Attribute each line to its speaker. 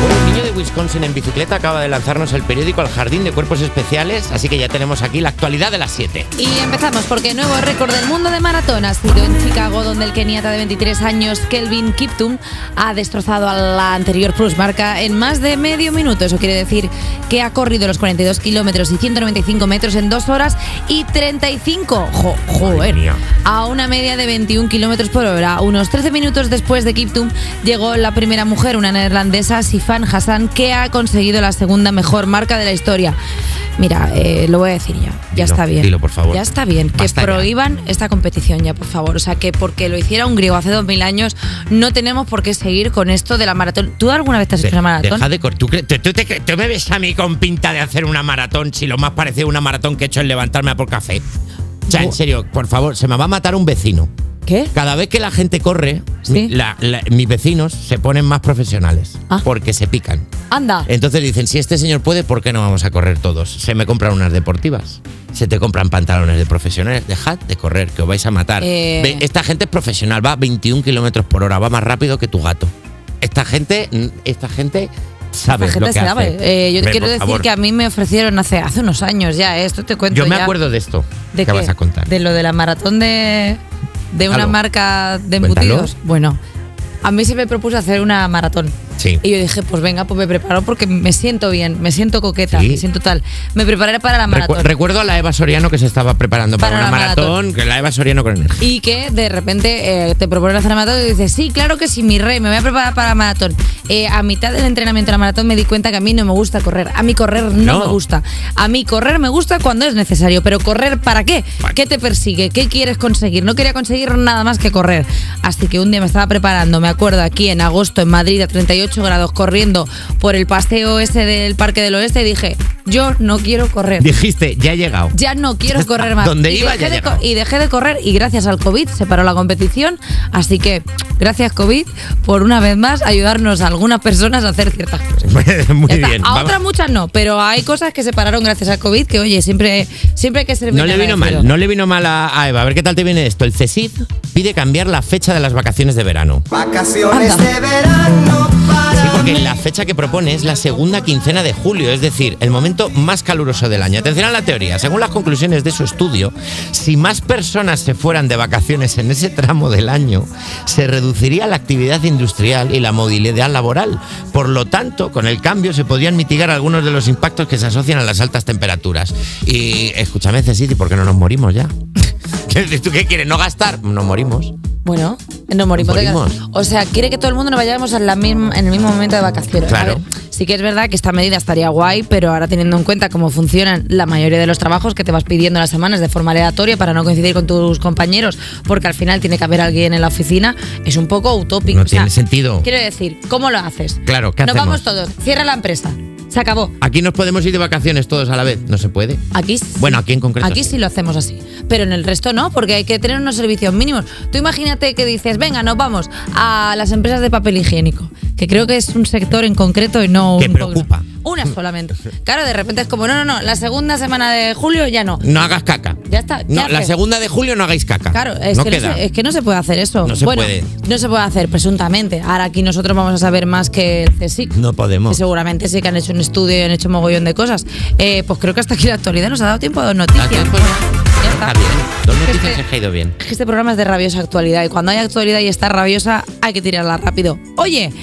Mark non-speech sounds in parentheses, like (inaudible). Speaker 1: Bueno, un niño de Wisconsin en bicicleta acaba de lanzarnos el periódico al jardín de cuerpos especiales, así que ya tenemos aquí la actualidad de las 7.
Speaker 2: Y empezamos porque nuevo récord del mundo de maratón ha sido en Chicago, donde el keniata de 23 años Kelvin Kiptum ha destrozado a la anterior Plus marca en más de medio minuto. Eso quiere decir que ha corrido los 42 kilómetros y 195 metros en 2 horas y 35. Jo- joder.
Speaker 1: mía.
Speaker 2: A una media de 21 kilómetros por hora. Unos 13 minutos después de Kiptum llegó la primera mujer, una neerlandesa, Sifan Hassan, que ha conseguido la segunda mejor marca de la historia. Mira, eh, lo voy a decir ya.
Speaker 1: Dilo,
Speaker 2: Ya está bien.
Speaker 1: dilo, por favor.
Speaker 2: Ya está bien. Que
Speaker 1: Basta ya.
Speaker 2: prohíban esta competición ya, por favor. O sea, que porque lo hiciera un griego hace 2000 años, no tenemos por qué seguir con esto de la maratón. ¿Tú alguna vez te has hecho una maratón?
Speaker 1: Deja de cor- ¿Tú, cre- tú- tú te cre- tú me ves a mí con pinta de hacer una maratón si lo más parecido a una maratón que he hecho es levantarme a por café? O sea, en
Speaker 2: Bu-
Speaker 1: serio, por favor, se me va a matar un vecino.
Speaker 2: ¿Qué?
Speaker 1: Cada vez que la gente corre,
Speaker 2: Sí.
Speaker 1: mi- la- la- mis vecinos se ponen más profesionales
Speaker 2: Ah.
Speaker 1: porque se pican.
Speaker 2: Anda.
Speaker 1: Entonces dicen, si este señor puede, ¿por qué no vamos a correr todos? Se me compran unas deportivas. Se te compran pantalones de profesionales. Dejad de correr, que os vais a matar.
Speaker 2: Eh.
Speaker 1: Ve, Esta gente es profesional, va a 21 kilómetros por hora, va más rápido que tu gato. Esta gente, mm, esta gente sabe
Speaker 2: La
Speaker 1: lo
Speaker 2: gente
Speaker 1: que
Speaker 2: se lava.
Speaker 1: hace.
Speaker 2: Eh, yo
Speaker 1: Ve,
Speaker 2: quiero
Speaker 1: por
Speaker 2: decir
Speaker 1: favor.
Speaker 2: que a mí me ofrecieron hace, hace unos años ya, eh, esto te cuento
Speaker 1: Yo me
Speaker 2: ya.
Speaker 1: acuerdo de esto.
Speaker 2: ¿De
Speaker 1: ¿Qué
Speaker 2: qué?
Speaker 1: vas a contar?
Speaker 2: De lo de la maratón de, de una
Speaker 1: Cuéntalo.
Speaker 2: marca de
Speaker 1: Cuéntalo.
Speaker 2: embutidos. Bueno, a mí se me propuso hacer una maratón.
Speaker 1: Sí.
Speaker 2: Y yo dije, pues venga, pues me preparo porque me siento bien, me siento coqueta,
Speaker 1: Sí.
Speaker 2: me siento tal. Me preparé para la
Speaker 1: Recu-
Speaker 2: maratón.
Speaker 1: recuerdo a la Eva Soriano que se estaba preparando para,
Speaker 2: Para
Speaker 1: una
Speaker 2: la
Speaker 1: maratón, que la Eva Soriano con energía.
Speaker 2: (laughs) y que de repente eh, te proponen hacer la maratón y dices, sí, claro que sí, mi rey, me voy a preparar para la maratón. Eh, a mitad del entrenamiento de la maratón me di cuenta que a mí no me gusta correr. A mí correr no,
Speaker 1: No.
Speaker 2: me gusta. A mí correr me gusta cuando es necesario, pero correr para qué?
Speaker 1: Vale.
Speaker 2: ¿Qué te persigue? ¿Qué quieres conseguir? No quería conseguir nada más que correr. Así que un día me estaba preparando, me acuerdo, aquí en agosto en Madrid a 38 grados corriendo por el paseo ese del Parque del Oeste y dije, yo no quiero correr
Speaker 1: Dijiste, ya he llegado.
Speaker 2: ya no quiero
Speaker 1: Ya está.
Speaker 2: correr
Speaker 1: (laughs)
Speaker 2: más.
Speaker 1: Donde
Speaker 2: y
Speaker 1: iba
Speaker 2: dejé
Speaker 1: ya
Speaker 2: de co-
Speaker 1: llegaba.
Speaker 2: Y dejé de correr y gracias al COVID se paró la competición. Así que gracias COVID por una vez más ayudarnos a algunas personas a hacer ciertas cosas.
Speaker 1: (laughs) Muy
Speaker 2: Ya está.
Speaker 1: bien.
Speaker 2: a
Speaker 1: vamos.
Speaker 2: otras muchas no, pero hay cosas que se pararon gracias al COVID que, oye, siempre, siempre hay que ser
Speaker 1: No
Speaker 2: bien
Speaker 1: le vino mal,
Speaker 2: agradecido.
Speaker 1: no le vino mal a, a Eva. A ver qué tal te viene esto. El CESID pide cambiar la fecha de las vacaciones de verano.
Speaker 3: Vacaciones
Speaker 2: Anda.
Speaker 3: de verano para
Speaker 1: Sí, porque la fecha que propone es la segunda quincena de julio, es decir, el momento más caluroso del año. Atención a la teoría. Según las conclusiones de su estudio, si más personas se fueran de vacaciones en ese tramo del año, se reduciría la actividad industrial y la movilidad laboral. Por lo tanto, con el cambio se podrían mitigar algunos de los impactos que se asocian a las altas temperaturas. Y escúchame, Cecily, ¿por qué no nos morimos ya? (laughs) ¿Tú qué quieres? ¿No gastar? Nos morimos.
Speaker 2: Bueno, nos morimos. de
Speaker 1: Morimos.
Speaker 2: gas. o sea, quiere que todo el mundo nos vayamos en, la misma- en el mismo momento de vacaciones. A
Speaker 1: Claro.
Speaker 2: ver, sí que es verdad que esta medida estaría guay, pero ahora teniendo en cuenta cómo funcionan la mayoría de los trabajos que te vas pidiendo las semanas de forma aleatoria para no coincidir con tus compañeros, porque al final tiene que haber alguien en la oficina, es un poco utópico.
Speaker 1: No
Speaker 2: O sea,
Speaker 1: tiene sentido.
Speaker 2: Quiero decir, ¿cómo lo haces?
Speaker 1: Claro, ¿qué
Speaker 2: Nos
Speaker 1: hacemos?
Speaker 2: vamos todos. Cierra la empresa. Se acabó.
Speaker 1: Aquí nos podemos ir de vacaciones todos a la vez. No se puede.
Speaker 2: Aquí sí.
Speaker 1: Bueno, aquí en concreto
Speaker 2: Aquí
Speaker 1: sí.
Speaker 2: sí lo hacemos así. Pero en el resto no, porque hay que tener unos servicios mínimos. Tú imagínate que dices, venga, nos vamos a las empresas de papel higiénico, que creo que es un sector en concreto y no
Speaker 1: Que
Speaker 2: un
Speaker 1: preocupa. (laughs)
Speaker 2: Una solamente. Claro, de repente es como, no, no, no, la segunda semana de julio ya no.
Speaker 1: No hagas caca.
Speaker 2: Ya está, ¿qué
Speaker 1: No, la
Speaker 2: haces?
Speaker 1: segunda de julio no hagáis caca.
Speaker 2: Claro, es,
Speaker 1: no
Speaker 2: que
Speaker 1: queda.
Speaker 2: No se, es que no se puede hacer eso.
Speaker 1: No se
Speaker 2: bueno,
Speaker 1: puede.
Speaker 2: No se puede hacer, presuntamente. Ahora aquí nosotros vamos a saber más que el CSIC.
Speaker 1: No podemos.
Speaker 2: Que seguramente sí que han hecho un estudio y han hecho mogollón de cosas. Eh, pues creo que hasta aquí la actualidad nos ha dado tiempo a dos noticias.
Speaker 1: Ah, tiempo,
Speaker 2: pues, Ya
Speaker 1: Está
Speaker 2: está.
Speaker 1: bien. Dos
Speaker 2: Es que
Speaker 1: noticias
Speaker 2: este-
Speaker 1: se ha ido bien.
Speaker 2: es que Este programa es de rabiosa actualidad y cuando hay actualidad y está rabiosa hay que tirarla rápido. Oye,